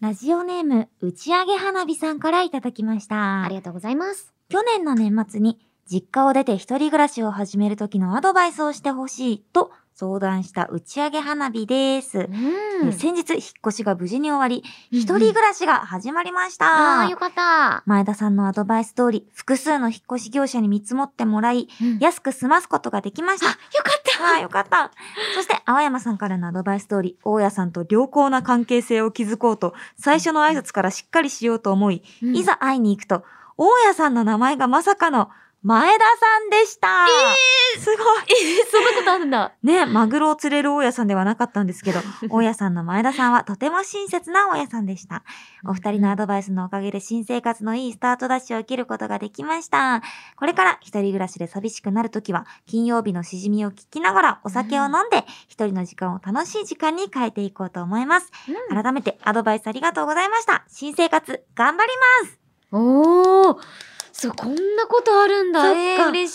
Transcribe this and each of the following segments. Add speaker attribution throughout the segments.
Speaker 1: ラジオネーム、打ち上げ花火さんからいただきました。
Speaker 2: ありがとうございます。
Speaker 1: 去年の年末に実家を出て一人暮らしを始める時のアドバイスをしてほしいと相談した打ち上げ花火です。
Speaker 2: う
Speaker 1: え先日、引っ越しが無事に終わり、一人暮らしが始まりました。
Speaker 2: ああ、よかった。
Speaker 1: 前田さんのアドバイス通り、複数の引っ越し業者に見積もってもらい、
Speaker 2: うん
Speaker 1: 安く済ますことができました。
Speaker 2: よかった。
Speaker 1: ああ、よかった。そして、青山さんからのアドバイス通り、大家さんと良好な関係性を築こうと、最初の挨拶からしっかりしようと思い、
Speaker 2: うん
Speaker 1: い。ざ会いに行くと、大家さんの名前がまさかの前田さんでした。えー、すごい。
Speaker 2: え、そんなことあるんだ。
Speaker 1: ね、マグロを釣れる大家さんではなかったんです けど、大家さんの前田さんはとても親切な大家さんでした。お二人のアドバイスのおかげで新生活のいいスタートダッシュを切ることができました。これから一人暮らしで寂しくなるときは、金曜日のしじみを聞きながらお酒を飲んで、一人の時間を楽しい時間に変えていこうと思います。
Speaker 2: うん
Speaker 1: 改めてアドバイスありがとうございました。新生活、頑張り
Speaker 2: おー。そう、こんなことあるんだ。
Speaker 1: そっか
Speaker 2: えー、嬉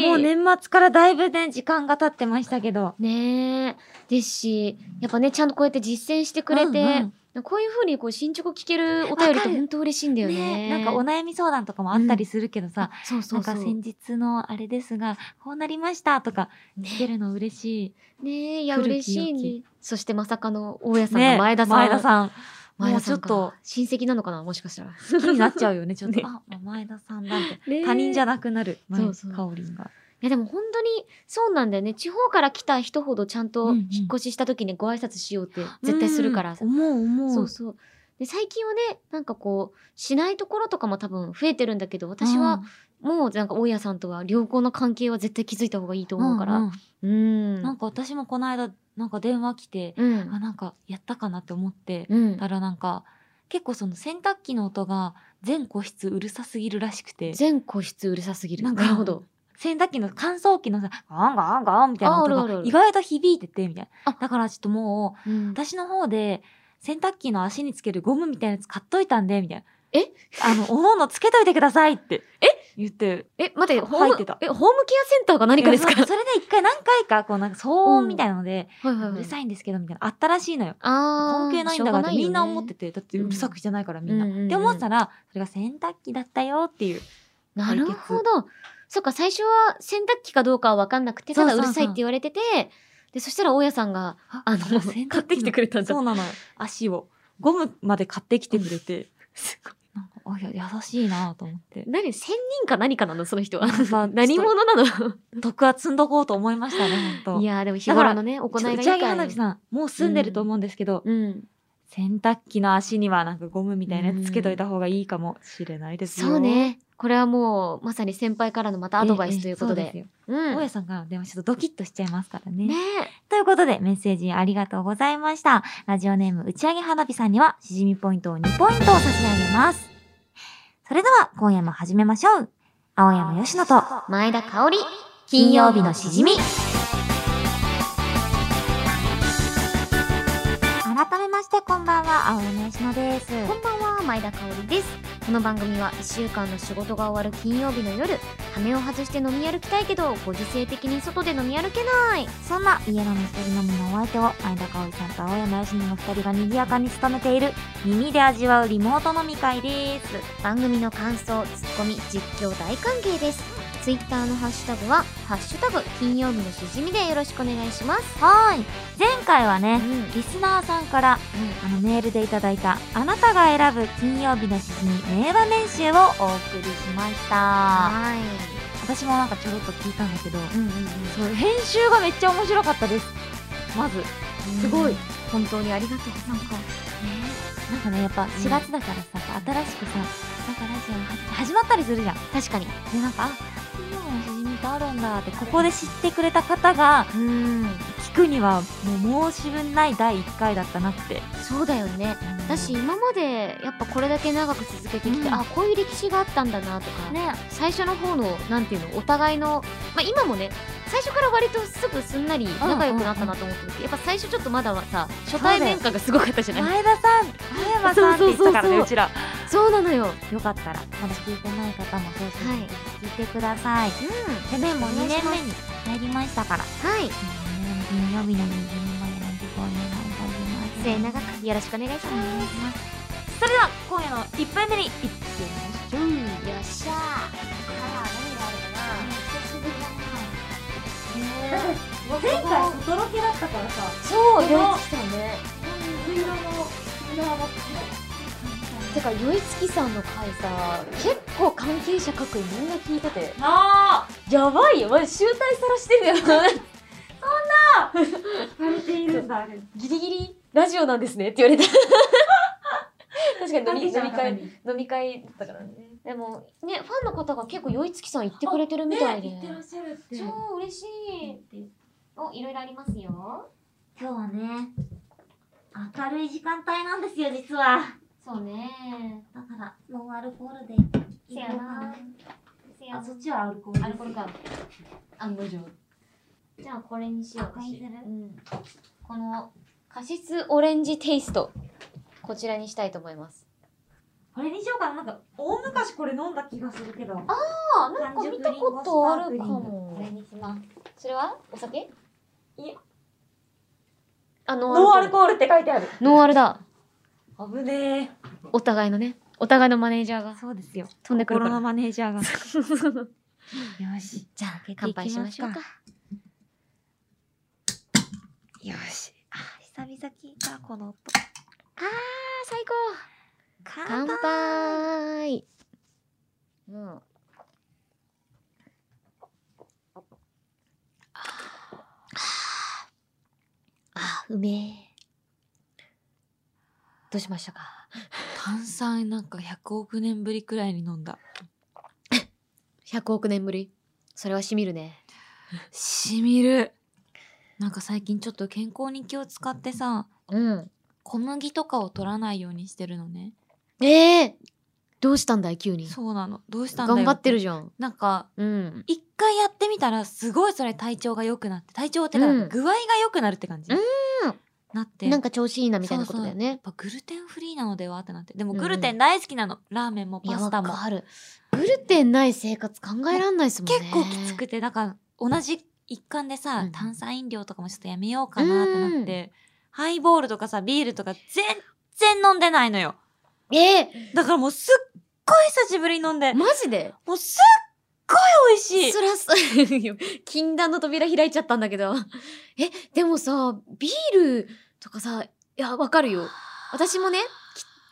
Speaker 2: しい。
Speaker 1: もう。年末からだいぶね、時間が経ってましたけど。
Speaker 2: ねえ。ですし、やっぱね、ちゃんとこうやって実践してくれて、
Speaker 1: うん
Speaker 2: こういうふうにこう進捗聞けるお便りっ
Speaker 1: わか
Speaker 2: て
Speaker 1: る
Speaker 2: 本当嬉しいん
Speaker 1: う
Speaker 2: だよ
Speaker 1: ん、
Speaker 2: ね。
Speaker 1: ねなんかお悩み相談とかもあったりするけどさ、
Speaker 2: そうそ
Speaker 1: な
Speaker 2: うんそう
Speaker 1: か。先日のあれですが、こうなりましたとか聞けるの嬉しい。
Speaker 2: ねえ、いや、
Speaker 1: 古き
Speaker 2: 嬉しい
Speaker 1: 良き
Speaker 2: ね。そしてまさかの大家さん
Speaker 1: ね
Speaker 2: の前田さん。
Speaker 1: 前田さ ん。
Speaker 2: 前
Speaker 1: もう
Speaker 2: 田
Speaker 1: ち
Speaker 2: さ
Speaker 1: ょ
Speaker 2: ん
Speaker 1: っ
Speaker 2: か
Speaker 1: と
Speaker 2: 親戚なのかなもしか したら。
Speaker 1: 好きになっちゃうよね、ちょっと。
Speaker 2: ね
Speaker 1: あ、前田さんだって。
Speaker 2: ねえ
Speaker 1: 他人じゃなくなる。前
Speaker 2: そうそう
Speaker 1: かおりんが。
Speaker 2: いやでも本当にそうなんだよね。地方から来た人ほどちゃん
Speaker 1: う
Speaker 2: と
Speaker 1: んうん
Speaker 2: 引っ越しした時にご挨拶しようって絶対するから。
Speaker 1: うん思う思う。
Speaker 2: そうそう。で最近はね、なんかこう、しないところとかも多分増えてるんだけど、私はもうなんか大家さんとは良好な関係は絶対築いた方がいいと
Speaker 1: うん、
Speaker 2: 思うから。
Speaker 1: んん
Speaker 2: うん。
Speaker 1: なんか私もこの間、なんか電話来て、
Speaker 2: うん
Speaker 1: あ、。なんかやったかなって思って、
Speaker 2: うん
Speaker 1: たらなんか結構その洗濯機の音が全個室うるさすぎるらしくて
Speaker 2: 全個室うるさすぎる。
Speaker 1: なんか
Speaker 2: なるほど。
Speaker 1: 洗濯機の乾燥機のさガンガンガンみたいな音
Speaker 2: ああるあるあ
Speaker 1: が
Speaker 2: る
Speaker 1: 意外と響いててみたいな
Speaker 2: あ
Speaker 1: だからちょっともう
Speaker 2: うん
Speaker 1: 私の方で洗濯機の足につけるゴムみたいなやつ買っといたんでみたいな
Speaker 2: え
Speaker 1: あのおのおのつけといてくださいってえ言って
Speaker 2: え、待って、ホ
Speaker 1: 入
Speaker 2: ー
Speaker 1: って
Speaker 2: ム
Speaker 1: た、
Speaker 2: え、ホームケアセンターが何かですか
Speaker 1: いやそれで一回何回かこうなんか騒音みたいなので、
Speaker 2: はいは
Speaker 1: う
Speaker 2: いは
Speaker 1: る
Speaker 2: い。
Speaker 1: さいんですけどみたいなあったらしいのよ関
Speaker 2: あー
Speaker 1: 係ないんだからってみんな思って。てだってうるさくじゃないからみんな、
Speaker 2: うんうんうん
Speaker 1: って思ってたらそれが洗濯機だったよっていう
Speaker 2: しょうがないよねなるほど。そっか、最初は洗濯機かどうかは分かんなくて、
Speaker 1: そ
Speaker 2: た
Speaker 1: うそ
Speaker 2: だ
Speaker 1: うそう
Speaker 2: うるさいって言われてて、で、そしたら大家さんが、あの、買ってきてく
Speaker 1: れ
Speaker 2: れたんだ
Speaker 1: そ。うなのよ足をゴムまで買ってきてくれ てすごいなんかあいや優しいなと思って
Speaker 2: 何仙人か何かなのその人は
Speaker 1: なん か。
Speaker 2: 何者なの
Speaker 1: 徳は積んどこうと思いましたね本当
Speaker 2: いやーでも日頃のね、行いがいい
Speaker 1: 打ち
Speaker 2: か
Speaker 1: 上げ
Speaker 2: ら
Speaker 1: 花火
Speaker 2: よ。
Speaker 1: さんもう住んでると思うんですけど、
Speaker 2: うん。
Speaker 1: 洗濯機の足にはなんかゴムみたいなやつつけといた方がいいかもしれないですよ、
Speaker 2: そうね。これはもう、まさに先輩からのまたアドバイスということで。
Speaker 1: ええ
Speaker 2: う。
Speaker 1: そうんすよ大
Speaker 2: ね
Speaker 1: 家さんからの電話ちょっとドキッとしちゃいますからねということで、メッセージありがとうございました。ラジオネーム、打ち上げ花火さんには、しじみポイントを2ポイントを差し上げます。それでは、今夜も始めましょう。青山吉野と、
Speaker 2: 前田香織。
Speaker 1: 金曜日のしじみ。改めまして、こんばんは、青山吉野です。
Speaker 2: こんばんは、前田香織です。この番組は1週間の仕事が終わる金曜日の夜、羽目を外して飲み歩きたいけど、ご時世的に外で飲み歩けない。
Speaker 1: そんな家のミステリ飲みのお相手を前田香織さんと青山吉野の2人が賑やかに務めている耳で味わうリモート飲み会です。
Speaker 2: 番組の感想、ツッコミ、実況大歓迎です。ツイッターのハッシュタグは、ハッシュタグ金曜日のしじみでよろしくお願いします。
Speaker 1: はーい。前回は
Speaker 2: う
Speaker 1: ね、
Speaker 2: ん
Speaker 1: リスナーさんからあのメールでいただいたあなたが選ぶ金曜日のしじみ名場面集をお送りしました
Speaker 2: はい。
Speaker 1: 私もなんかちょろっと聞いたんだけど
Speaker 2: うんうんうん。
Speaker 1: そう編集がめっちゃ面白かったですまずすごい
Speaker 2: 本当にありがとう。なんか、
Speaker 1: なんかねやっぱ4月だからさ、新しくさなんかラジオが始始まったりするじゃん
Speaker 2: 確かに。
Speaker 1: でなんかあ金曜日のしじみってあるんだってここで知ってくれた方が
Speaker 2: うん。
Speaker 1: 聞くにはもう申し分ない第1回だったなって
Speaker 2: そうだよね。だし今までやっぱこれだけ長く続けてきて、
Speaker 1: うん
Speaker 2: あこういう歴史があったんだなとか、
Speaker 1: ね
Speaker 2: 最初の方のなんていうのお互いの、まあ、今もね最初から割とすぐすんなり仲良くなったなと思ってるけど、やっぱ最初ちょっとまだはさ初対面感がすごかったじゃない
Speaker 1: 前田さん青山さんって言ったから
Speaker 2: そうそうそうそ
Speaker 1: ね
Speaker 2: う
Speaker 1: うちら
Speaker 2: そうなのよ、
Speaker 1: よかったらまだ聞いてない方もぜ
Speaker 2: はい
Speaker 1: ひ聞いてください、
Speaker 2: う
Speaker 1: でねもう2
Speaker 2: お願
Speaker 1: 年
Speaker 2: いします
Speaker 1: 目に入りましたから
Speaker 2: ん、はい
Speaker 1: 金曜日の2時までの曲をお願いいたします
Speaker 2: 末永くよろしくお願いし
Speaker 1: お願い
Speaker 2: ま
Speaker 1: しますそれでは今夜の1杯目に行ってみましょう
Speaker 2: よっしゃーあ何があるかな久しぶりだな
Speaker 1: 前回外ロケだったからさ
Speaker 2: そう
Speaker 1: この
Speaker 2: 酔いつきさんね
Speaker 1: 水色の水色の
Speaker 2: てか酔いつきさんの回さ結構関係者各位みんな聞いてて
Speaker 1: あ
Speaker 2: やばいよマジ集大さらしてるよ
Speaker 1: あされているんだあれ
Speaker 2: ギリギリラジオなんですねって言 われた確かに飲み飲み会飲み会だったからねでもねファンの方が結構酔いつきさん行ってくれてるみたいで、
Speaker 1: ね行ってらっしゃるって
Speaker 2: 超嬉しいおいろいろありますよ
Speaker 1: 今日はね明るい時間帯なんですよ実は
Speaker 2: そうね
Speaker 1: だからノンアルコールでいい
Speaker 2: せや
Speaker 1: か
Speaker 2: な
Speaker 1: な
Speaker 2: せや
Speaker 1: あそっちはアルコールです
Speaker 2: アルコールか案の定じゃあこれにしよう
Speaker 1: 赤い
Speaker 2: 私
Speaker 1: ズル
Speaker 2: うん、このカシスオレンジテイストこちらにしたいと思います
Speaker 1: これにしようかななんか大昔これ飲んだ気がするけど
Speaker 2: あ
Speaker 1: なんか見たことあるかも
Speaker 2: これにしますそれはお酒い
Speaker 1: いえ
Speaker 2: あノ
Speaker 1: ノンアル
Speaker 2: ルコ
Speaker 1: コールって書いてある
Speaker 2: ールノンアルだ
Speaker 1: 危ね
Speaker 2: お互いのねお互いのマネージャー
Speaker 1: え
Speaker 2: が
Speaker 1: そうですよ
Speaker 2: 飛んでくるから
Speaker 1: マネージャーがよし
Speaker 2: じゃあ乾杯しましょうか
Speaker 1: よしあ久々聞いたこの音
Speaker 2: あー最高
Speaker 1: 乾
Speaker 2: 乾
Speaker 1: 杯
Speaker 2: 杯うんあーうめえどうしましたか
Speaker 1: 炭酸なんか100億年ぶりくらいに飲んだ
Speaker 2: 100億年ぶりそれはしみるね
Speaker 1: しみるなんか最近ちょっと健康に気を使ってさ
Speaker 2: うん
Speaker 1: 小麦とかを取らないようにしてるのね
Speaker 2: ええどうしたんだい急に
Speaker 1: そうなのどうしたんだよ
Speaker 2: 頑張ってるじゃん
Speaker 1: なんか
Speaker 2: うん
Speaker 1: 一回やってみたらすごいそれ体調が良くなって体調ってか
Speaker 2: うん
Speaker 1: 具合が良くなるって感じ、
Speaker 2: うん
Speaker 1: なって
Speaker 2: なんか調子いいなみたいなことだよね
Speaker 1: やっぱグルテンフリーなのではってなってでも
Speaker 2: うんうん
Speaker 1: グルテン大好きなの、ラーメンも
Speaker 2: いや
Speaker 1: パス
Speaker 2: わ
Speaker 1: タも
Speaker 2: かるグルテンない生活考えらんないですもんね
Speaker 1: 結構きつくてだから同じ一環でさ、
Speaker 2: うん
Speaker 1: 炭酸飲料とかもちょっとやめようかなってなって、ハイボールとかさビールとか全然飲んでないのよ
Speaker 2: ええ
Speaker 1: だからもうすっごい久しぶりに飲んで
Speaker 2: マジで
Speaker 1: もうすっごい美味しい
Speaker 2: そらそ 禁断の扉開いちゃったんだけど えでもさビールとかさいやわかるよ私もね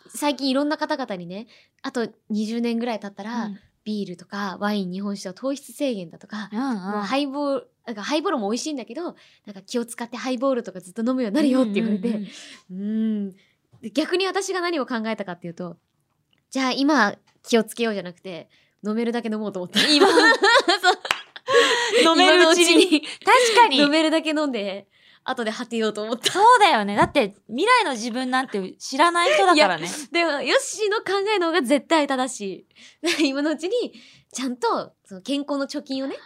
Speaker 2: き最近いろんな方々にねあと20年ぐらい経ったら、
Speaker 1: うん
Speaker 2: ビールとかワイン日本酒は糖質制限だとか、
Speaker 1: うんうん
Speaker 2: もうハイボールなんかハイボールも美味しいんだけどなんか気を使ってハイボールとかずっと飲むようになるよって言われて、
Speaker 1: うんうんうん
Speaker 2: うんで逆に私が何を考えたかっていうとじゃあ今気をつけようじゃなくて飲めるだけ飲もう と思った
Speaker 1: 今飲めるうちに
Speaker 2: 今のうちに
Speaker 1: 確かに
Speaker 2: 飲めるだけ飲んで後で果てようと思った
Speaker 1: そうだよねだって未来の自分なんて知らない人だからね
Speaker 2: でもヨッシーの考えの方が絶対正しいだから今のうちにちゃんとその健康の貯金をね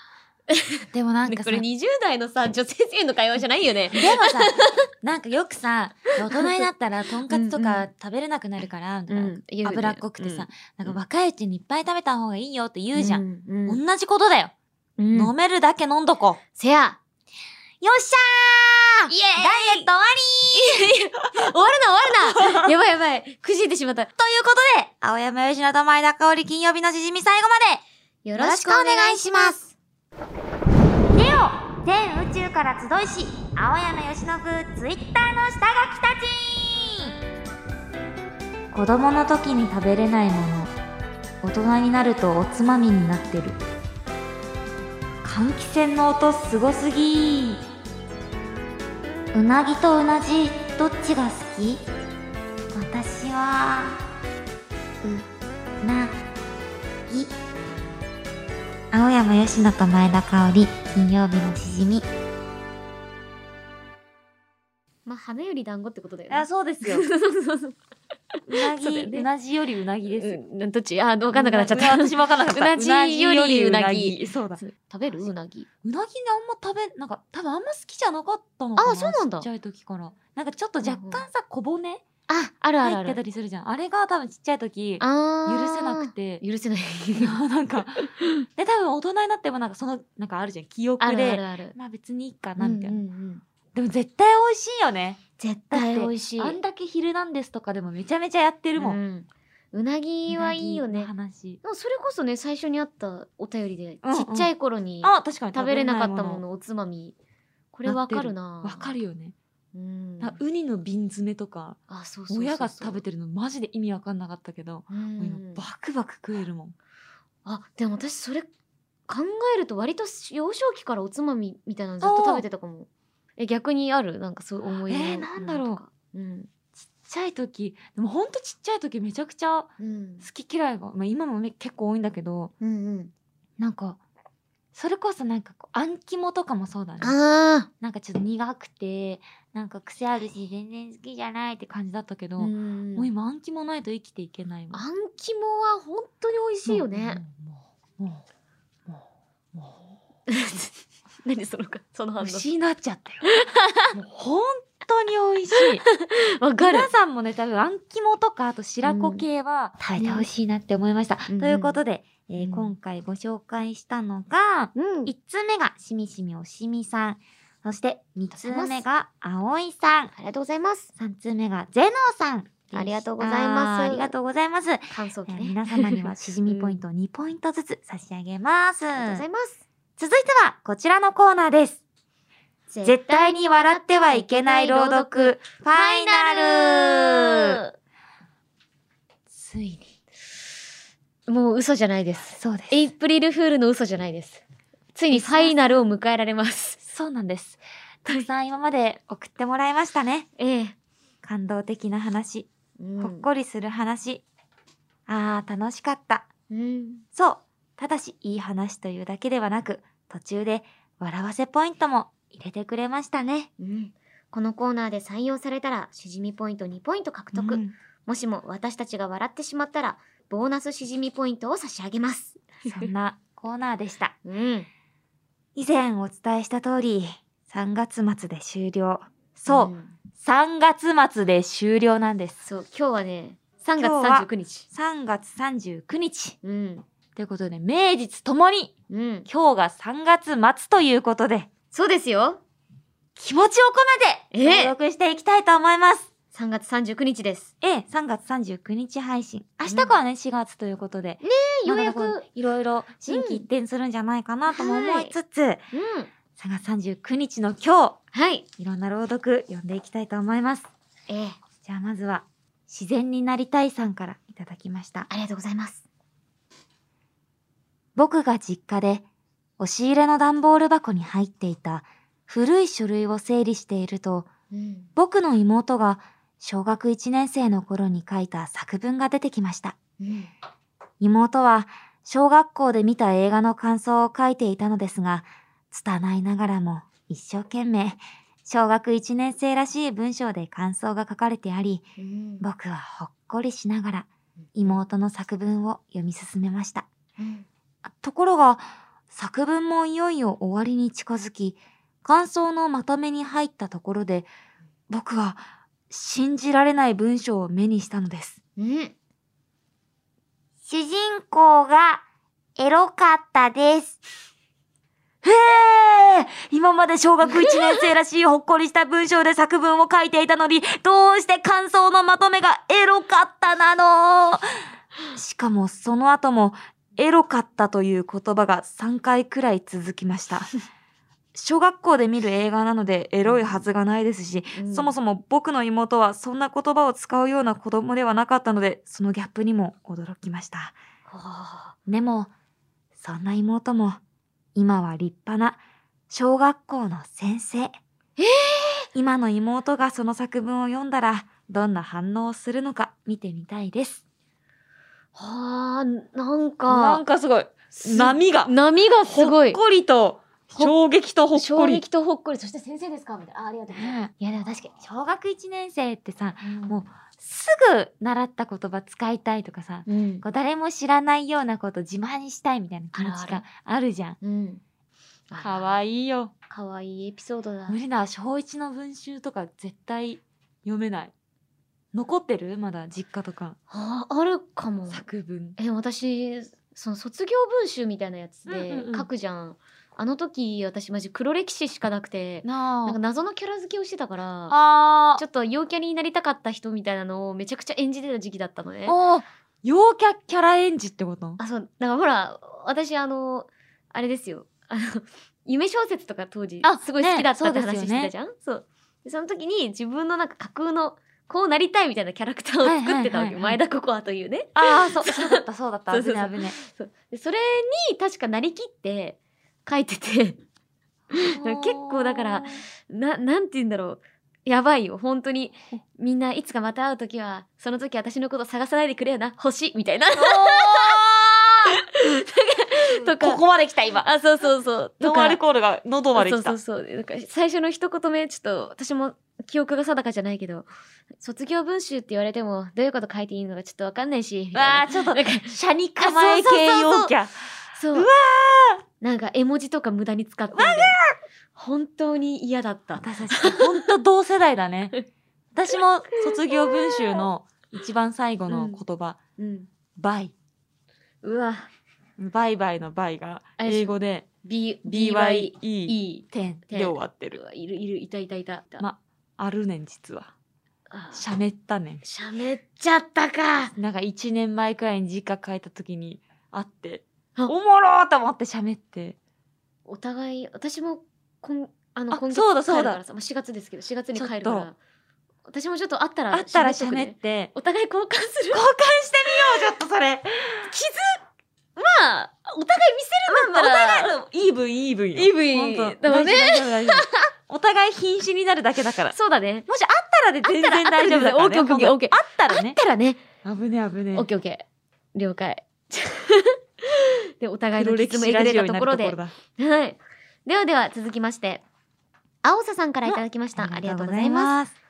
Speaker 1: でもなん
Speaker 2: ね
Speaker 1: かさ
Speaker 2: これ20代のさ女性性の会話じゃないよね
Speaker 1: でもさ、 なんかよくさ、大人になったらとんかつと
Speaker 2: うん
Speaker 1: か食べれなくなる から、みたいな脂っこくてさ、、なんか若いうちにいっぱい食べた方がいいよって言うじゃん。
Speaker 2: ん、うん
Speaker 1: 同じことだよ、
Speaker 2: うん
Speaker 1: 飲めるだけ飲んどこう。
Speaker 2: せや
Speaker 1: よっしゃー
Speaker 2: イエーイ
Speaker 1: ダイエット終わ
Speaker 2: 終わるな終わるなやばいやばいくじいてしまったということ
Speaker 1: り青山よしのと前田香織金曜日のしじみ最後まで
Speaker 2: でよ
Speaker 1: よろしくお願いします。ネオ全宇宙から集いし、青山由伸ツイッターの下書きたち子供の時に食べれないもの、大人になるとおつまみになってる。換気扇の音すごすぎうなぎとうなじ、どっちが好き私は、う、な、ぎ。青山佳乃と前田香織金曜日のしじみ
Speaker 2: まあ花より団子ってことだよね
Speaker 1: あそうです ような
Speaker 2: そうだよ
Speaker 1: ぎ、
Speaker 2: ね
Speaker 1: うなじよりうなぎですよ、
Speaker 2: うん、どっちあ分かんなくなっちゃった
Speaker 1: うな私も分かんなかった
Speaker 2: うなじよりうなぎ
Speaker 1: そうだ
Speaker 2: 食べるうなぎ
Speaker 1: うなぎねあんま食べなんか多分あんま好きじゃなかったのかな
Speaker 2: あそうなんだ
Speaker 1: ちっちゃい時からなんかちょっと若干さ小骨
Speaker 2: ああるある
Speaker 1: 入
Speaker 2: あ
Speaker 1: っ
Speaker 2: る
Speaker 1: てたりするじゃんあれが多分ちっちゃい時
Speaker 2: あ
Speaker 1: 許
Speaker 2: ー
Speaker 1: せなくて
Speaker 2: 許せない
Speaker 1: なんかで多分大人になってもなんかそのなんかあるじゃん記憶で
Speaker 2: あるあるある
Speaker 1: まあ別にいいかなみたいな、
Speaker 2: うんうんうん
Speaker 1: でも絶対美味しいよね。
Speaker 2: 絶
Speaker 1: だっ
Speaker 2: 対
Speaker 1: て
Speaker 2: 美味しい
Speaker 1: あんだけ「ヒルナンデス」とかでもめちゃめちゃやってるもん。
Speaker 2: うんうなぎはいいよ
Speaker 1: うなぎの
Speaker 2: ね
Speaker 1: 話。
Speaker 2: でもそれこそね最初にあったお便りで、
Speaker 1: うんうん
Speaker 2: ちっちゃい頃に
Speaker 1: あ確かに
Speaker 2: 食べれなかったも
Speaker 1: 食べれない
Speaker 2: のおつまみこれわかるな
Speaker 1: ものわかるよね。
Speaker 2: うん
Speaker 1: なウニの瓶詰めとか
Speaker 2: あそうそうそうそう
Speaker 1: 親が食べてるのマジで意味わかんなかったけど、
Speaker 2: うん
Speaker 1: もう今バクバク食えるもん。
Speaker 2: あでも私それ考えると割と幼少期からおつまみみたいなのずっと食べてたかもえ逆にあるなんかそう思い出の
Speaker 1: えーなんだろう
Speaker 2: ものとかうん
Speaker 1: ちっちゃい時でもほんとちっちゃい時めちゃくちゃ好
Speaker 2: うん
Speaker 1: き嫌いが、まあ、今もめ結構多いんだけど
Speaker 2: うん
Speaker 1: なんかそれこそなんかこうあん肝とかもそうだね
Speaker 2: あ
Speaker 1: なんかちょっと苦くてなんか癖あるし全然好きじゃないって感じだったけ
Speaker 2: あ
Speaker 1: ど、
Speaker 2: うん
Speaker 1: もう今あん肝ないと生きていけないもん
Speaker 2: あん肝は本当に美味しいよね
Speaker 1: もうもうもうもうも
Speaker 2: 何そのかその
Speaker 1: う
Speaker 2: 反応
Speaker 1: 牛になっちゃった よもう本当に美味しい
Speaker 2: わかる
Speaker 1: 皆さんもね多分あん肝とかあと白子系は食べてほしいなって思いました、
Speaker 2: うん
Speaker 1: ということで、えー
Speaker 2: うん
Speaker 1: 今回ご紹介したのが、
Speaker 2: うん
Speaker 1: 1つ目がしみしみおしみさんそして2つ
Speaker 2: あり
Speaker 1: 目
Speaker 2: がとうござい
Speaker 1: があおいさん
Speaker 2: ありがとうございます
Speaker 1: 3つ目がゼノさんでした
Speaker 2: ありがとうございます
Speaker 1: ありがとうございます、え
Speaker 2: 感想
Speaker 1: ー
Speaker 2: 記ね
Speaker 1: 皆様にはしじみポイントを2ポイントずつ差し上げます
Speaker 2: ありがとうございます
Speaker 1: 続いてはこちらのコーナーです絶対に笑ってはいけない朗読ファイナルついに
Speaker 2: もう嘘じゃないです
Speaker 1: そうです
Speaker 2: エイプリルフールの嘘じゃないです。ついにファイナルを迎えられます。
Speaker 1: そうなんです。たくさん今まで送ってもらいましたね。
Speaker 2: ええ。
Speaker 1: 感動的な話、
Speaker 2: うん
Speaker 1: ほっこりする話。ああ、楽しかった。
Speaker 2: うん。
Speaker 1: そう。ただし、いい話というだけではなく、途中で笑わせポイントも入れてくれましたね。
Speaker 2: うん。このコーナーで採用されたら、しじみポイント2ポイント獲得。
Speaker 1: うん
Speaker 2: もしも私たちが笑ってしまったら、ボーナスしじみポイントを差し上げます。
Speaker 1: そんなコーナーでした。
Speaker 2: うん。
Speaker 1: 以前お伝えした通り、3月末で終了。そう、
Speaker 2: ん
Speaker 1: 3月末で終了なんです。
Speaker 2: そう、今日はね、3月
Speaker 1: 今日は
Speaker 2: 39日。
Speaker 1: 3月39日。
Speaker 2: うん。
Speaker 1: ということで、名実ともに
Speaker 2: うん。
Speaker 1: 今日が3月末ということで、
Speaker 2: そうですよ。
Speaker 1: 気持ちを込めて
Speaker 2: ええ
Speaker 1: 登録していきたいと思います。
Speaker 2: 3月39日です。
Speaker 1: ええ、3月39日配信。明日からね、4月ということで。ね
Speaker 2: えようやく
Speaker 1: いろいろ心機一転するんじゃないかなとも思いつつ、
Speaker 2: うん。
Speaker 1: 3月39日の今
Speaker 2: はい。
Speaker 1: 日、いろんな朗読読んでいきたいと思います。
Speaker 2: ええ。
Speaker 1: じゃあまずは、自然になりたいさんからいただきました。
Speaker 2: ありがとうございます。
Speaker 1: 僕が実家で押し入れの段ボール箱に入っていた古い書類を整理していると、
Speaker 2: うん。
Speaker 1: 僕の妹が小学1年生の頃に書いた作文が出てきました。
Speaker 2: うん。
Speaker 1: 妹は小学校で見た映画の感想を書いていたのですが、拙いながらも一生懸命、小学1年生らしい文章で感想が書かれてあり、
Speaker 2: うん。
Speaker 1: 僕はほっこりしながら妹の作文を読み進めました。
Speaker 2: うん。
Speaker 1: ところが、作文もいよいよ終わりに近づき、感想のまとめに入ったところで、僕は信じられない文章を目にしたのです。
Speaker 2: うん。
Speaker 1: 主人公がエロかったです。へえ今まで小学1年生らしいほっこりした文章で作文を書いていたのに、どうして感想のまとめがエロかったなのしかもその後も、エロかったという言葉が3回くらい続きました。小学校で見る映画なのでエロいはずがないですし、
Speaker 2: うん
Speaker 1: そもそも僕の妹はそんな言葉を使うような子供ではなかったので、そのギャップにも驚きました。
Speaker 2: はあ
Speaker 1: でも、そんな妹も、今は立派な小学校の先生。今の妹がその作文を読んだら、どんな反応をするのか見てみたいです。
Speaker 2: はあ、なん
Speaker 1: な
Speaker 2: か
Speaker 1: ん、かすごい。
Speaker 2: す
Speaker 1: 波が、
Speaker 2: 波がすごい。
Speaker 1: ほっこりと、
Speaker 2: ほ
Speaker 1: 衝撃とほっこ
Speaker 2: 衝
Speaker 1: り。
Speaker 2: 撃とほっこり。そして先生ですかみたいな。あありがとうございま
Speaker 1: ね
Speaker 2: す。いや、でも確か
Speaker 1: 小学1年生ってさ、
Speaker 2: に。
Speaker 1: もすぐ習った言葉使いたいとかさ、
Speaker 2: う、うん。
Speaker 1: こう誰も知らないようなこと自慢したいみたいな気持
Speaker 2: あ
Speaker 1: ち
Speaker 2: るあ
Speaker 1: があるじゃん。
Speaker 2: うん。
Speaker 1: かわいいよ。
Speaker 2: いい。かわいいエピソードだ
Speaker 1: 無。理だ小一の文集とか絶対読めない残ってるまだ実家とか
Speaker 2: ああ、あるかも。
Speaker 1: 作文
Speaker 2: え、私、その卒業文集みたいなやつ
Speaker 1: うんうんう
Speaker 2: で
Speaker 1: ん
Speaker 2: 書くじゃん。あの時私マジ黒歴史しかなくて
Speaker 1: な
Speaker 2: なんか
Speaker 1: あ
Speaker 2: 謎のキャラ付けをしてたから
Speaker 1: あ
Speaker 2: ちょっと陽キャになりたかった人みたいなのをめちゃくちゃ演じてた時期だったのね
Speaker 1: おお陽キャキャラ演じってこと
Speaker 2: あそうだからほら私あのあれですよあの 夢小説とか当時
Speaker 1: あ
Speaker 2: すごい好きだったって
Speaker 1: ねそうですよね
Speaker 2: 話してたじゃん、そうでその時に自分のなんか架空のこうなりたいみたいなキャラクターを作ってた
Speaker 1: はい
Speaker 2: わけよ、
Speaker 1: はいはいはい
Speaker 2: 前田ココアというね
Speaker 1: ああそうそうだったそうだった
Speaker 2: そうそう
Speaker 1: 危
Speaker 2: そう
Speaker 1: ね危ね
Speaker 2: そうでそれに確かなりきって書いててから結構だから ななんて言うんだろうやばいよ本当にみんないつかまた会う時はその時私のこと探さないでくれよな星み たいな
Speaker 1: お
Speaker 2: と
Speaker 1: ー
Speaker 2: か
Speaker 1: ここまで来た今
Speaker 2: あそうそうそう
Speaker 1: ノ
Speaker 2: と
Speaker 1: ンア
Speaker 2: か
Speaker 1: ルコールが喉まで
Speaker 2: そ
Speaker 1: 来
Speaker 2: う
Speaker 1: た
Speaker 2: そうそうなんか最初の一言目ちょっと私も記憶が定かじゃないけど卒業文集って言われてもどういうこと書いていいのかちょっとわかんないしみたいな
Speaker 1: わあちょっと
Speaker 2: なんか
Speaker 1: 車に構え系陽キャ
Speaker 2: そう
Speaker 1: うわ
Speaker 2: なんか絵文字とか無駄に使ってんで本当に嫌だった
Speaker 1: 私たち本当同世代だ ね私も卒業文集の一番最後の言葉、
Speaker 2: うん
Speaker 1: バイ
Speaker 2: うわ
Speaker 1: バイバイのバイが
Speaker 2: あれでしょ
Speaker 1: 英語で
Speaker 2: B- BYE
Speaker 1: BYE 点
Speaker 2: 点
Speaker 1: で終わってる
Speaker 2: うわいるいるいたいたいた、
Speaker 1: まあるねん実は
Speaker 2: あ
Speaker 1: しゃべったねん
Speaker 2: しゃべっちゃったか
Speaker 1: なんか1年前くらいに実家帰った時に会ってお
Speaker 2: あ
Speaker 1: もろーと思ってしゃべって
Speaker 2: お互い私もこんあの
Speaker 1: あ
Speaker 2: 今月
Speaker 1: そうだそうだ
Speaker 2: 帰るからさもう4月ですけど4月に帰るか
Speaker 1: ちょ
Speaker 2: ら私もちょっと会ったら
Speaker 1: 会ったらし
Speaker 2: 喋
Speaker 1: ゃ
Speaker 2: っとく
Speaker 1: べ
Speaker 2: ね
Speaker 1: って
Speaker 2: お互い交換す
Speaker 1: 交
Speaker 2: る
Speaker 1: 換してみようちょっとそれ
Speaker 2: まあお互い見せるんだったら、
Speaker 1: イーブンイーブンよ
Speaker 2: イーブン
Speaker 1: ほんと
Speaker 2: だもんね
Speaker 1: 大丈夫大丈夫大丈夫お互い瀕死になるだけだから
Speaker 2: そうだね
Speaker 1: もしあったらで全然大丈夫だから、ね。
Speaker 2: あったらで
Speaker 1: あ
Speaker 2: オ
Speaker 1: っ
Speaker 2: ッケーオッケーオッケー
Speaker 1: た
Speaker 2: あ
Speaker 1: ら
Speaker 2: っ
Speaker 1: ね。
Speaker 2: たらね
Speaker 1: 危ね危ね。
Speaker 2: オッケーオッケー了解 でお互いの
Speaker 1: 黒
Speaker 2: 歴
Speaker 1: 歴
Speaker 2: 史も
Speaker 1: 史
Speaker 2: えぐ
Speaker 1: ラ
Speaker 2: れ
Speaker 1: ジオ
Speaker 2: た
Speaker 1: に
Speaker 2: と
Speaker 1: な
Speaker 2: こ
Speaker 1: ると
Speaker 2: ろ
Speaker 1: ころ
Speaker 2: で
Speaker 1: だ。
Speaker 2: はいではでは続きまして青ささんからいただきました、ありがとうございます
Speaker 1: す。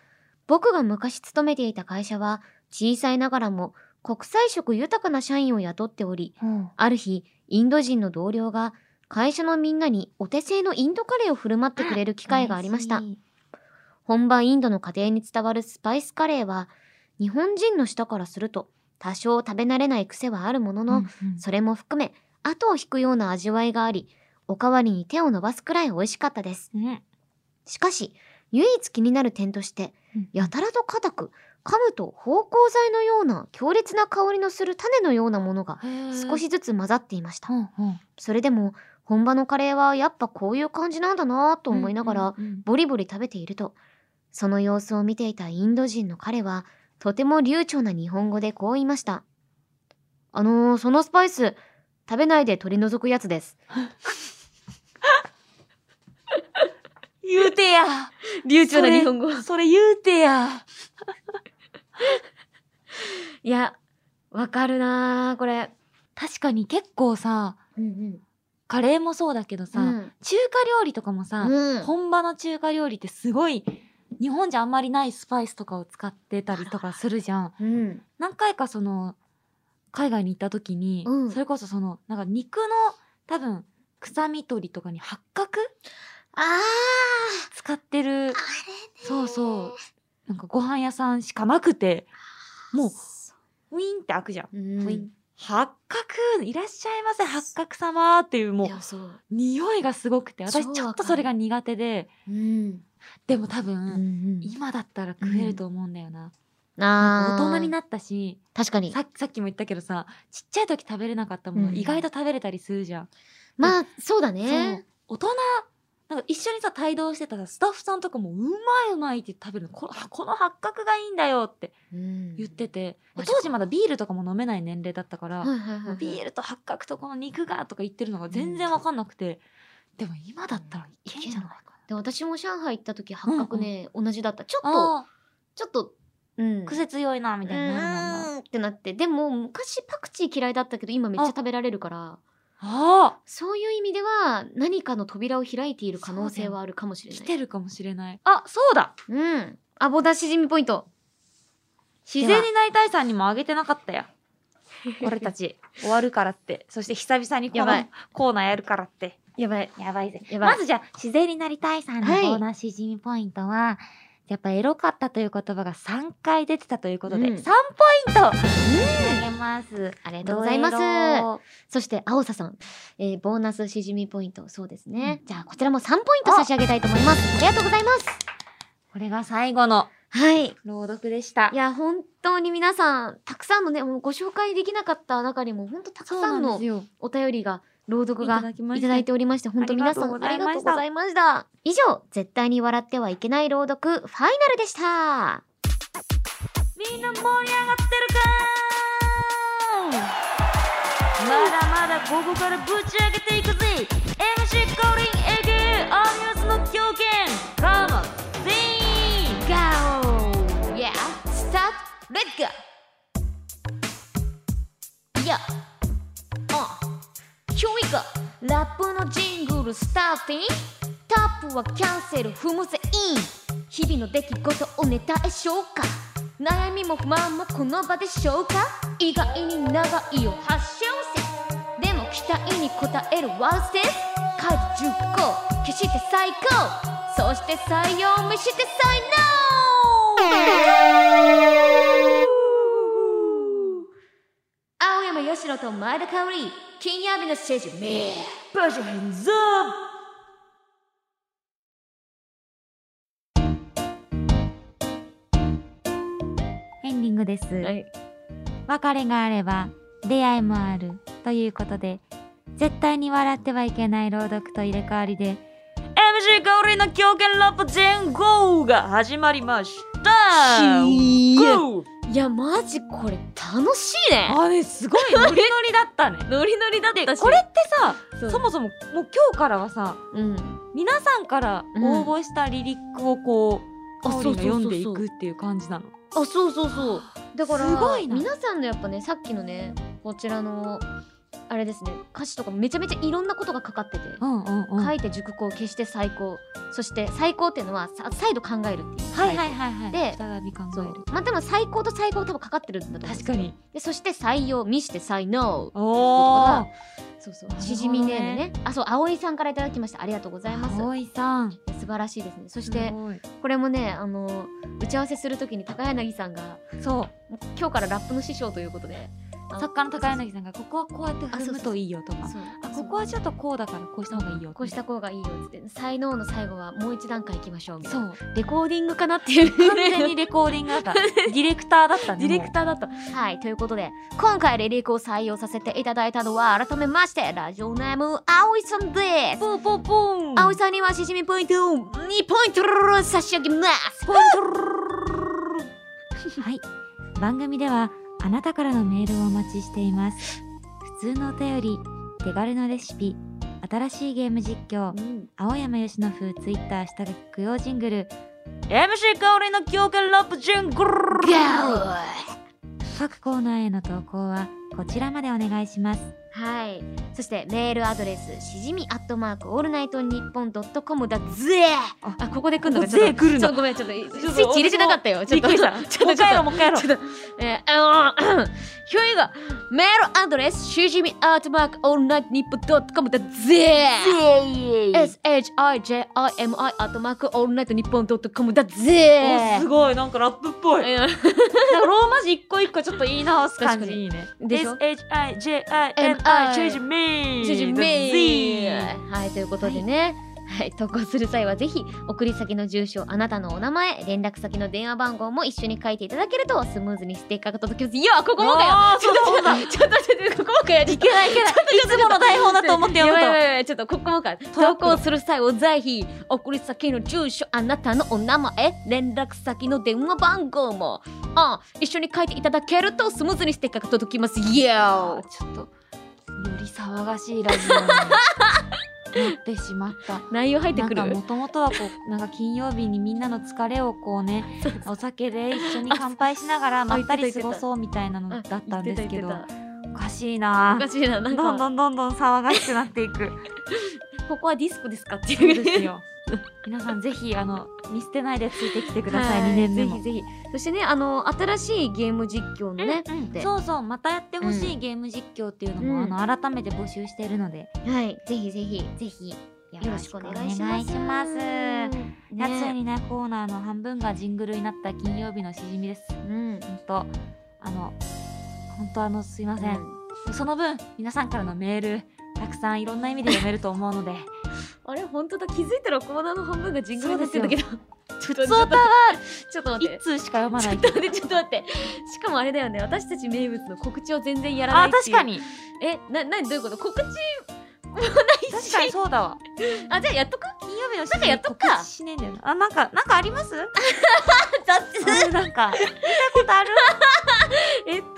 Speaker 2: 僕が昔勤めていた会社は小さいながらも国際色豊かな社員を雇っており
Speaker 1: うん
Speaker 2: ある日インド人の同僚が会社のみんなにお手製のインドカレーを振る舞ってくれる機会がありました
Speaker 1: 嬉い
Speaker 2: 本場インドの家庭に伝わるスパイスカレーは日本人の舌からすると多少食べ慣れない癖はあるもの
Speaker 1: う
Speaker 2: の、
Speaker 1: んうん
Speaker 2: それも含め後を引くような味わいがありおかわりに手を伸ばすくらい美味しかったです
Speaker 1: うん
Speaker 2: しかし唯一気になる点としてやたらと硬く噛むと芳香剤のような強烈な香りのする種のようなものが少。しずつ混ざっていました
Speaker 1: うんうん
Speaker 2: それでも本場のカレーはやっぱこういう感じなんだなぁと思いながら、
Speaker 1: うんうん
Speaker 2: ボリボリ食べているとその様子を見ていたインド人の彼はとても流暢な日本語でこう言いました「あのーそのスパイス食べないで取り除くやつです
Speaker 1: 言うてや。」
Speaker 2: 流
Speaker 1: 暢な日本
Speaker 2: 語
Speaker 1: それ言うてや。
Speaker 2: いやわかるなぁこれ
Speaker 1: 確かに結構さ、
Speaker 2: うん
Speaker 1: カレーもそうだけど
Speaker 2: う
Speaker 1: さ、
Speaker 2: ん
Speaker 1: 中華料理とかもさ、
Speaker 2: うん
Speaker 1: 本場の中華料理ってすごい日本じゃあんまりないスパイスとかを使ってたりとかするじゃん。
Speaker 2: うん
Speaker 1: 何回かその海外に行った時に、
Speaker 2: うん
Speaker 1: それこそそのなんか肉の多分臭み取りとかに八角
Speaker 2: あ
Speaker 1: 使ってる
Speaker 2: あ
Speaker 1: そうそうなんかご飯屋さんしかなくてもうウィンって開くじゃん。
Speaker 2: う、
Speaker 1: ウ
Speaker 2: ん、
Speaker 1: ィン八角いらっしゃいませ八角様っていうも
Speaker 2: いうやそう、
Speaker 1: 匂いがすごくて私
Speaker 2: 超
Speaker 1: ちょっ
Speaker 2: わ
Speaker 1: と
Speaker 2: かる
Speaker 1: それが苦手で
Speaker 2: うん
Speaker 1: でも多
Speaker 2: うんう
Speaker 1: 分、
Speaker 2: ん
Speaker 1: 今だったら食えると思うんだよな、
Speaker 2: あ
Speaker 1: 大
Speaker 2: ー
Speaker 1: 人になったし
Speaker 2: 確かに
Speaker 1: ささっきも言ったけどさちっちゃい時食べれなかったもの、
Speaker 2: うん
Speaker 1: 意外と食べれたりするじゃん
Speaker 2: まあそうだ
Speaker 1: そう
Speaker 2: ね
Speaker 1: 大人なんか一緒にさ帯同してたさスタッフさんとかもうまいうまいって食べるのこ のこの八角がいいんだよって
Speaker 2: うん
Speaker 1: 言ってて、
Speaker 2: マジか
Speaker 1: 当時まだビールとかも飲めない年齢だったから、
Speaker 2: はいはいはいはい
Speaker 1: ビールと八角とこの肉がとか言ってるのが全然わかんなくて、でも今だったらいけんじゃないか
Speaker 2: で私も上海行った時八角ね、同じだったちょっ
Speaker 1: な、
Speaker 2: と
Speaker 1: あ
Speaker 2: ちょっと、うん、
Speaker 1: 癖強いなみたいになるもんな
Speaker 2: うーんってなってでも昔パクチー嫌いだったけど今めっちゃ食べられるから
Speaker 1: あ
Speaker 2: そういう意味では何かの扉を開いている可能性はあるかもし
Speaker 1: ー
Speaker 2: れな
Speaker 1: 来
Speaker 2: い
Speaker 1: てるかもしれないあそうだ
Speaker 2: うんアボダシジミポイント
Speaker 1: 自然になりたいさんにもあげてなかったや俺たち終わるからってそして久々にこ
Speaker 2: やば
Speaker 1: の
Speaker 2: い
Speaker 1: コーナーやるからって
Speaker 2: やばい
Speaker 1: やばいぜ。
Speaker 2: やばい
Speaker 1: まずじゃあ、自然になりたいさんの
Speaker 2: はい
Speaker 1: ボーナスしじみポイントは、やっぱエロかったという言葉が3回出てたということで、
Speaker 2: うん
Speaker 1: 3ポイントあげます。
Speaker 2: あ
Speaker 1: あ
Speaker 2: りがとうございます。そして、青ささん、えーボーナスしじみポイント、そうですね。じゃあ、こちらも3ポイント差し上げたいと思います。ありがとうございます。
Speaker 1: これが最後の
Speaker 2: はい。
Speaker 1: 朗読でした
Speaker 2: い。や、本当に皆さん、たくさんのね、もうご紹介できなかった中にも、本当たくさんの
Speaker 1: よ。
Speaker 2: お便りが、朗読が
Speaker 1: きま
Speaker 2: いただいておりまして、本当皆さん
Speaker 1: あ
Speaker 2: あ
Speaker 1: り
Speaker 2: り
Speaker 1: が
Speaker 2: が
Speaker 1: とうご
Speaker 2: とうご
Speaker 1: ざ
Speaker 2: ざいました。以上、絶対に笑ってはいけない朗読、ファイナルでした。
Speaker 1: みんな盛り上がってるかーまだまだここからぶち上げていくぜ MC コリン AKA アミューズの狂犬カモ全員
Speaker 2: Go! Yeah! Start! Let's go! Yeah! あ、Here we go! ラップのジングルスターティンタップはキャンセル踏むぜイン日々の出来事をネタへ消化悩みも不満もこの場で消化意外に長いよ発症せでも期待に応えるワンセンス数10個決して最高そして採用見して才能青山佳乃と前田香織金曜日のステージメイ
Speaker 1: バジヘンズアップエンディングです、
Speaker 2: はい、
Speaker 1: 別れがあれば出会いもあるということで絶対に笑ってはいけない朗読と入れ替わりで MC 香りの狂犬ラップ全豪が始まりましたゴー
Speaker 2: いやマジこれ楽しいね
Speaker 1: あれすごいノリノリだったね
Speaker 2: ノリノリだったし
Speaker 1: これってさ
Speaker 2: そう
Speaker 1: そもそももう今日からはさ
Speaker 2: うん
Speaker 1: 皆さんから応募したリリックをこう、
Speaker 2: うん
Speaker 1: 香
Speaker 2: あ
Speaker 1: 織
Speaker 2: そう
Speaker 1: が
Speaker 2: そ
Speaker 1: 読ん
Speaker 2: うそうそう
Speaker 1: でいくっていう感じなの
Speaker 2: あそうそうそうだから
Speaker 1: すごいな
Speaker 2: 皆さんのやっぱねさっきのねこちらのあれですね歌詞とかめちゃめちゃいろんなことがかかってて
Speaker 1: うんうんうん
Speaker 2: 書
Speaker 1: はい
Speaker 2: いて熟考決して最高そして最高っていうのはさ再度考えるっていう
Speaker 1: はいはいはい
Speaker 2: で
Speaker 1: 再び考
Speaker 2: そ
Speaker 1: え
Speaker 2: う
Speaker 1: る
Speaker 2: まあでも最高と最高多分かかってるんだと思う
Speaker 1: 確かに
Speaker 2: でそして採用見して才能
Speaker 1: おー
Speaker 2: そうそう
Speaker 1: なるほどね
Speaker 2: しじみネームねあそう葵さんからいただきましたありがとうございます
Speaker 1: 葵さん
Speaker 2: 素晴らしいですねそ
Speaker 1: そ
Speaker 2: してこれもねあの打ち合わせするときに高柳さんが
Speaker 1: そう
Speaker 2: 今日からラップの師匠ということであ
Speaker 1: 作家の高柳さんがここはこうやって踏むといいよとか
Speaker 2: そう
Speaker 1: あここはちょっとこうだからこうした方がいいよ
Speaker 2: こうした方がいいよっつって才能の最後はもう一段階いきましょうみたい
Speaker 1: そ
Speaker 2: な
Speaker 1: う
Speaker 2: レコーディングかなっていう
Speaker 1: 完全にレコーディングだった ディレクターだったね
Speaker 2: ディレクターだった。はい、ということで、今回リリークを採用させていただいたのは、改めまして、ラジオネーム、あおいさんです。
Speaker 1: もうポンポンポン
Speaker 2: あおいさんにはしじみポイントを2ポイント差し上げます。
Speaker 1: ポントはい番組ではあなたからのメールをお待ちしています普通のお便り手軽なレシピ新しいゲーム実況青山よしの風ツイッター下書き供養ジングル MC 香りの狂犬ラップジングル
Speaker 2: ギャ
Speaker 1: 各コーナーへの投稿はこちらまでお願いします
Speaker 2: はい。そして、メールアドレス、しじみアットマークオールナイトニッポンドットコムだぜ
Speaker 1: あ
Speaker 2: あ、ここで来るのか
Speaker 1: ぜ来る
Speaker 2: ちょっ
Speaker 1: の
Speaker 2: とごめん、ちょっと、スイ
Speaker 1: と
Speaker 2: ッチ入れてなかったよ。ちょっと、
Speaker 1: びっくりし
Speaker 2: ちょ
Speaker 1: た
Speaker 2: っと、ちょっと、ちょっと
Speaker 1: もう一回やろう
Speaker 2: ちょっと、えー、 あの、ひょいが、メールアドレス、しじみアートマークオールナイトニッポンドットコムだぜ
Speaker 1: イエーイ
Speaker 2: !shijimi アートマークオールナイトニッポンドットコムだ
Speaker 1: お
Speaker 2: ぜ
Speaker 1: すごいなんかラップっぽい
Speaker 2: えー
Speaker 1: なんかローマ字一個一個ちょっと言い直す感
Speaker 2: 確か
Speaker 1: じ
Speaker 2: に
Speaker 1: いいね。
Speaker 2: でしょ
Speaker 1: S H I J I N I
Speaker 2: MI
Speaker 1: change me
Speaker 2: しじみ
Speaker 1: the Z
Speaker 2: はい、ということでね。はい、投稿する際はぜひ送り先の住所あなたのお名前連絡先の電話番号も一緒に書いていただけるとスムーズにステッカーが届きますいやここもかよ
Speaker 1: あー
Speaker 2: ちょ
Speaker 1: そうだそう
Speaker 2: っと
Speaker 1: だ。
Speaker 2: 待ってちょっと待ってここもかよいけないいけない
Speaker 1: いつもの台本だと思って読む
Speaker 2: やば
Speaker 1: と。
Speaker 2: いやばいやばいちょっとここもか
Speaker 1: トラッ
Speaker 2: 投
Speaker 1: クだ
Speaker 2: 稿する際はぜひ送り先の住所あなたのお名前連絡先の電話番号もあ一緒に書いていただけるとスムーズにステッカーが届きますイエー
Speaker 1: あ
Speaker 2: イ
Speaker 1: ーちょっとより騒がしいラジオになってしま った。
Speaker 2: 内容入って
Speaker 1: なん
Speaker 2: く
Speaker 1: か
Speaker 2: る
Speaker 1: もともとはこうなんか金曜日にみんなの疲れをこうねお酒で一緒に乾杯しながらまったり過ごそうみたいなのだったんですけど
Speaker 2: あ言ってた言ってた
Speaker 1: おかしいな
Speaker 2: おかしいな、な
Speaker 1: ど
Speaker 2: ん
Speaker 1: ん
Speaker 2: か、
Speaker 1: どんどんどん騒がしくなっていく。
Speaker 2: ここはディスコですかって
Speaker 1: そう
Speaker 2: いう。
Speaker 1: ですよ。 皆さんぜひあの見捨てないでついてきてください、
Speaker 2: はい
Speaker 1: 2年目も。
Speaker 2: ぜひぜひ。そしてね、あの、新しいゲーム実況のね、で
Speaker 1: そうそうまたやってほしいゲーム実況っていうのも、
Speaker 2: うん
Speaker 1: あの改めて募集しているので
Speaker 2: はい、ぜひぜひ、ぜひ、よ
Speaker 1: よ
Speaker 2: ろしくお願いします。
Speaker 1: ろしくお願いしますいやつい
Speaker 2: ね
Speaker 1: にねコーナーの半分がジングルになった金曜日のしじみです
Speaker 2: うん
Speaker 1: ほんとあの本当あのすいません、その分皆さんからのメールたくさんいろんな意味で読めると思うので
Speaker 2: あれ本当だ気づいたらコーナーの半分がジングルになってんだけどちょっ
Speaker 1: 普
Speaker 2: と
Speaker 1: 通歌
Speaker 2: 待っ
Speaker 1: は
Speaker 2: てちょっと 待って
Speaker 1: 一通しか読ま
Speaker 2: ち
Speaker 1: な
Speaker 2: ょ
Speaker 1: い
Speaker 2: っと待ってちょっと待ってしかもあれだよね私たち名物の告知を全然やらな
Speaker 1: あ
Speaker 2: いっ
Speaker 1: 確
Speaker 2: ていう
Speaker 1: かに
Speaker 2: えななどういうこと告知もない
Speaker 1: 確
Speaker 2: し
Speaker 1: かにそうだわ
Speaker 2: あじゃあやっとく
Speaker 1: 金曜日のし
Speaker 2: なんかやっとくか
Speaker 1: 告知しねえんだよなあなんかなんかあり ます
Speaker 2: 雑
Speaker 1: あれなんか見たこと ある、
Speaker 2: えっとね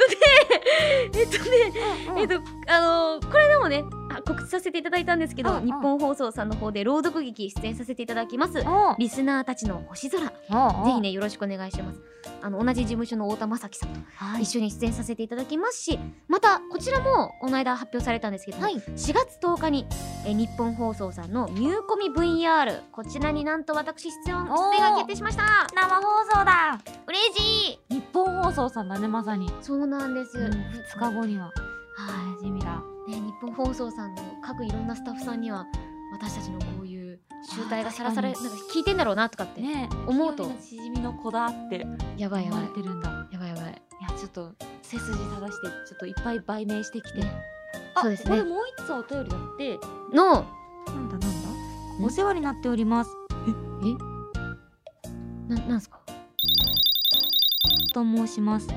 Speaker 2: えっとねえっとあのーこれでもねあ告知させていただいたんですけど、
Speaker 1: うんうん
Speaker 2: 日本放送さんの方で朗読劇出演させていただきます
Speaker 1: おう
Speaker 2: リスナーたちの星空ぜ
Speaker 1: おう
Speaker 2: ひねよろしくお願いしますあの同じ事務所の太田正樹さんと
Speaker 1: はい
Speaker 2: 一緒に出演させていただきますしまたこちらもこの間発表されたんですけども、
Speaker 1: はい
Speaker 2: 4月10日にえー日本放送さんの「ニューコミ VR」こちらになんと私出演
Speaker 1: おー
Speaker 2: 出演が決定しました
Speaker 1: 生放送だ
Speaker 2: 嬉しい
Speaker 1: 日本放送さんだねまさに
Speaker 2: そうなんです、
Speaker 1: うん2日
Speaker 2: は
Speaker 1: 後には
Speaker 2: い
Speaker 1: 楽しみだ
Speaker 2: ね、日本放送さんの各いろんなスタッフさんには私たちのこういう集大がさらされ
Speaker 1: あ
Speaker 2: なん
Speaker 1: ー
Speaker 2: か聞いてんだろうなとかって、
Speaker 1: ね
Speaker 2: 思うと
Speaker 1: 清水のしじみの子だって
Speaker 2: やばい
Speaker 1: 言
Speaker 2: やば
Speaker 1: わ
Speaker 2: い
Speaker 1: れてるんだ
Speaker 2: やばいやばい
Speaker 1: いやちょっと背筋正してちょっといっぱい売名してきて、
Speaker 2: ね
Speaker 1: あ
Speaker 2: そうですね
Speaker 1: これもう一つお便りだって
Speaker 2: の
Speaker 1: なんだなんだお世話になっております
Speaker 2: ななんすか
Speaker 1: と申します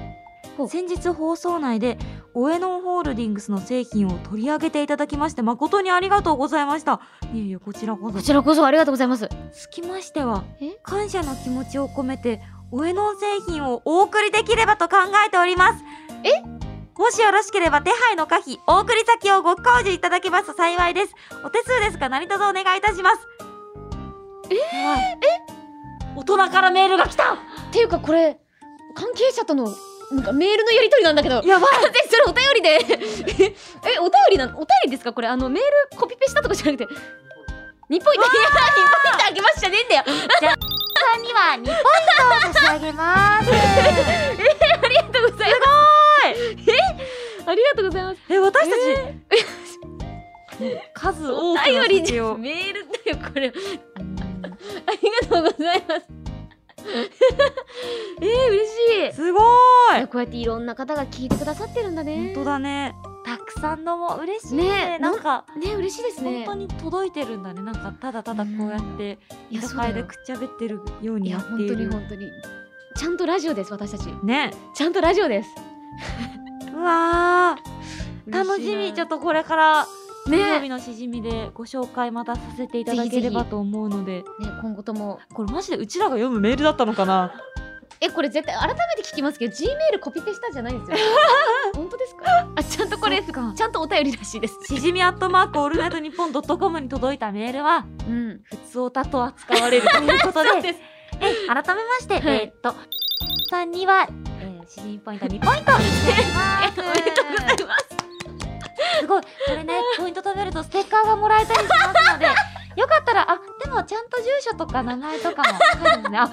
Speaker 2: ほう
Speaker 1: 先日放送内でオエノンホールディングスの製品を取り上げていただきまして誠にありがとうございましたいえいえこちらこそ
Speaker 2: こちらこそありがとうございます
Speaker 1: つきましては
Speaker 2: え
Speaker 1: 感謝の気持ちを込めておえのん製品をお送りできればと考えております
Speaker 2: え
Speaker 1: もしよろしければ手配の可否お送り先をご教示いただけますと幸いですお手数ですが何卒お願いいたしますええ大人からメールが来た
Speaker 2: っていうかこれ関係者とのなんかメールのやり取りなんだけ どぜ
Speaker 1: やばい
Speaker 2: ひそれお便りで えお便りなのお便りですかこれあのメールコピペしたとかじゃなくて2ポイントいや2ポイントあ げましたねえんだよ
Speaker 1: さんには2ポイントを差し上げます
Speaker 2: ありがとうございますすごい えありがとうございます
Speaker 1: え私たち、数多くの
Speaker 2: 頼りじ
Speaker 1: 先を
Speaker 2: メールだよこれありがとうございます。えー、嬉しい。
Speaker 1: すごーい
Speaker 2: こうやっていろんな方が聞いてくださってるんだね。
Speaker 1: 本当だねたくさんのも嬉しい
Speaker 2: ね
Speaker 1: ね
Speaker 2: え
Speaker 1: なんか
Speaker 2: ね、嬉しいです
Speaker 1: 本
Speaker 2: ね
Speaker 1: 当。に届いてるんだねなんかただただこうやって居
Speaker 2: いや
Speaker 1: 酒
Speaker 2: そうだ
Speaker 1: 屋
Speaker 2: よ
Speaker 1: でくっちゃべってるよう
Speaker 2: い
Speaker 1: にや
Speaker 2: や、
Speaker 1: って
Speaker 2: 本
Speaker 1: い
Speaker 2: 当に
Speaker 1: る
Speaker 2: 本当に。ちゃんとラジオです、私たち。
Speaker 1: ね
Speaker 2: ちゃんとラジオです。
Speaker 1: うわー楽しみちょっとこれから金曜日
Speaker 2: ね、ね、
Speaker 1: のしじみでご紹介またさせていただけれ
Speaker 2: ぜひぜ
Speaker 1: ば
Speaker 2: ひ
Speaker 1: と思うので
Speaker 2: 今後とも。
Speaker 1: これマジでうちらが読むメールだったのかな
Speaker 2: え、これ絶対改めて聞きますけど、G メールコピペしたじゃないです よ。本当ですか。あ、ちゃんとこれ、
Speaker 1: そっか
Speaker 2: ちゃんとお便りらしいです。
Speaker 1: しじみアットマークオールナイトニッポンドットコムに届いたメールは
Speaker 2: うん。
Speaker 1: 普通オタと扱われるということで
Speaker 2: そうです。
Speaker 1: え改めまして、
Speaker 2: はい
Speaker 1: えーっとさんには、えー、しじみポイント2ポイント
Speaker 2: おめでとうございます。
Speaker 1: すごいこれねポイント貯めるとステッカーがもらえたりしますの でよかったらあでもちゃんと住所とか名前とかも書いてます ねあ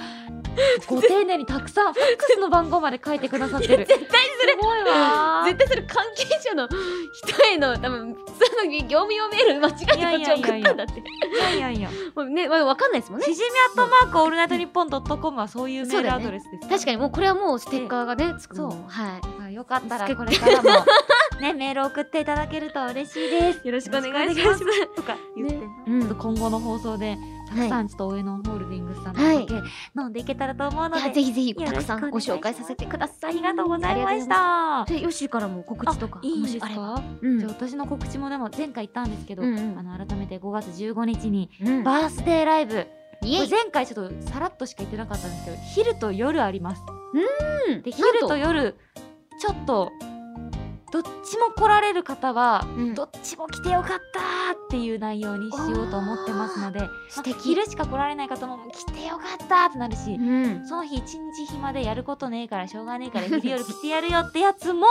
Speaker 1: ご丁寧にたくさんファックスの番号まで書いてくださってる
Speaker 2: 絶対それ
Speaker 1: す。ごいわー
Speaker 2: 絶対それ関係者の 人への多分その業務用メール間違えてこっち送ったんだって
Speaker 1: いやいやいや
Speaker 2: もうねわわかんないですもんね
Speaker 1: しじみアットマークオールナイトニッポンドットコムはそういうメールアドレスです、
Speaker 2: 確かにもうこれはもうステッカーがねつく
Speaker 1: そう
Speaker 2: もんはい
Speaker 1: まあよかったらこれからもね メール送っていただけると嬉しいです
Speaker 2: よろしくお願いし
Speaker 1: よ
Speaker 2: ま
Speaker 1: ろく
Speaker 2: す
Speaker 1: お願いしますとか言って、
Speaker 2: ねうん
Speaker 1: ちょっと今後の放送でたくさんちょっと上野ホールディングスさんの
Speaker 2: はい
Speaker 1: お酒飲んでいけたらと思うの
Speaker 2: い
Speaker 1: で、
Speaker 2: やぜひぜひ
Speaker 1: よろしく
Speaker 2: たくさんご紹介させてくださ
Speaker 1: あ
Speaker 2: い
Speaker 1: りがとうございました。
Speaker 2: でヨッシーからも告知とか
Speaker 1: いいんです
Speaker 2: もしあれば
Speaker 1: か？
Speaker 2: うん
Speaker 1: じゃあ私の告知もでも前回言ったんですけど、
Speaker 2: うんうん
Speaker 1: あの改めて5月15日に
Speaker 2: うん
Speaker 1: バースデーライブ、
Speaker 2: イ
Speaker 1: これ
Speaker 2: エイ
Speaker 1: 前回ちょっとさらっとしか言ってなかったんですけど、昼と夜あります。
Speaker 2: うん
Speaker 1: で昼と
Speaker 2: なん
Speaker 1: 夜ちょっとどっちも来られる方は。
Speaker 2: うん
Speaker 1: どっちも来てよかったっていう内容にしようと思ってますので、まあ
Speaker 2: 素敵
Speaker 1: 昼しか来られない方も来てよかったってなるし、
Speaker 2: うん
Speaker 1: その日一日暇でやることねえからしょうがねえから昼夜来てやるよってやつも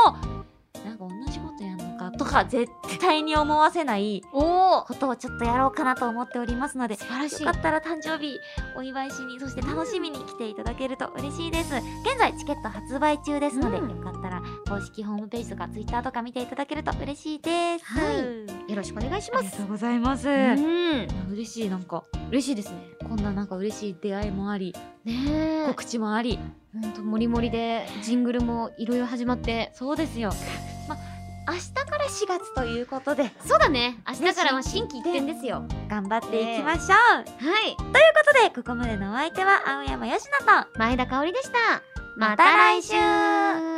Speaker 1: なんか同じことやんのかとか絶対に思わせない
Speaker 2: おお
Speaker 1: ことをちょっとやろうかなと思っておりますので
Speaker 2: 素晴らしい
Speaker 1: よかったら誕生日お祝いしにそして楽しみに来ていただけると嬉しいです現在チケット発売中ですので、
Speaker 2: うん
Speaker 1: よかったら公式ホームページとかツイッターとか見ていただけると嬉しいです、
Speaker 2: はいよろしくお願いし
Speaker 1: あ
Speaker 2: ま
Speaker 1: りが
Speaker 2: す
Speaker 1: とうございます、
Speaker 2: うん
Speaker 1: 嬉しいなんか
Speaker 2: 嬉しいですね
Speaker 1: ここんななんか嬉しい出会いもあり、
Speaker 2: ねえ
Speaker 1: 告知もあり、
Speaker 2: ほんともりもりでジングルもいろいろ始まって
Speaker 1: そうですよ。 まあ、明日から4月ということで、
Speaker 2: そうだね明日からは
Speaker 1: ね
Speaker 2: 新規一点ですよ
Speaker 1: 頑張っていきましょう。という
Speaker 2: はい
Speaker 1: ことで、ここまでのお相手は青山よしなと、
Speaker 2: 前田香織でした
Speaker 1: また来週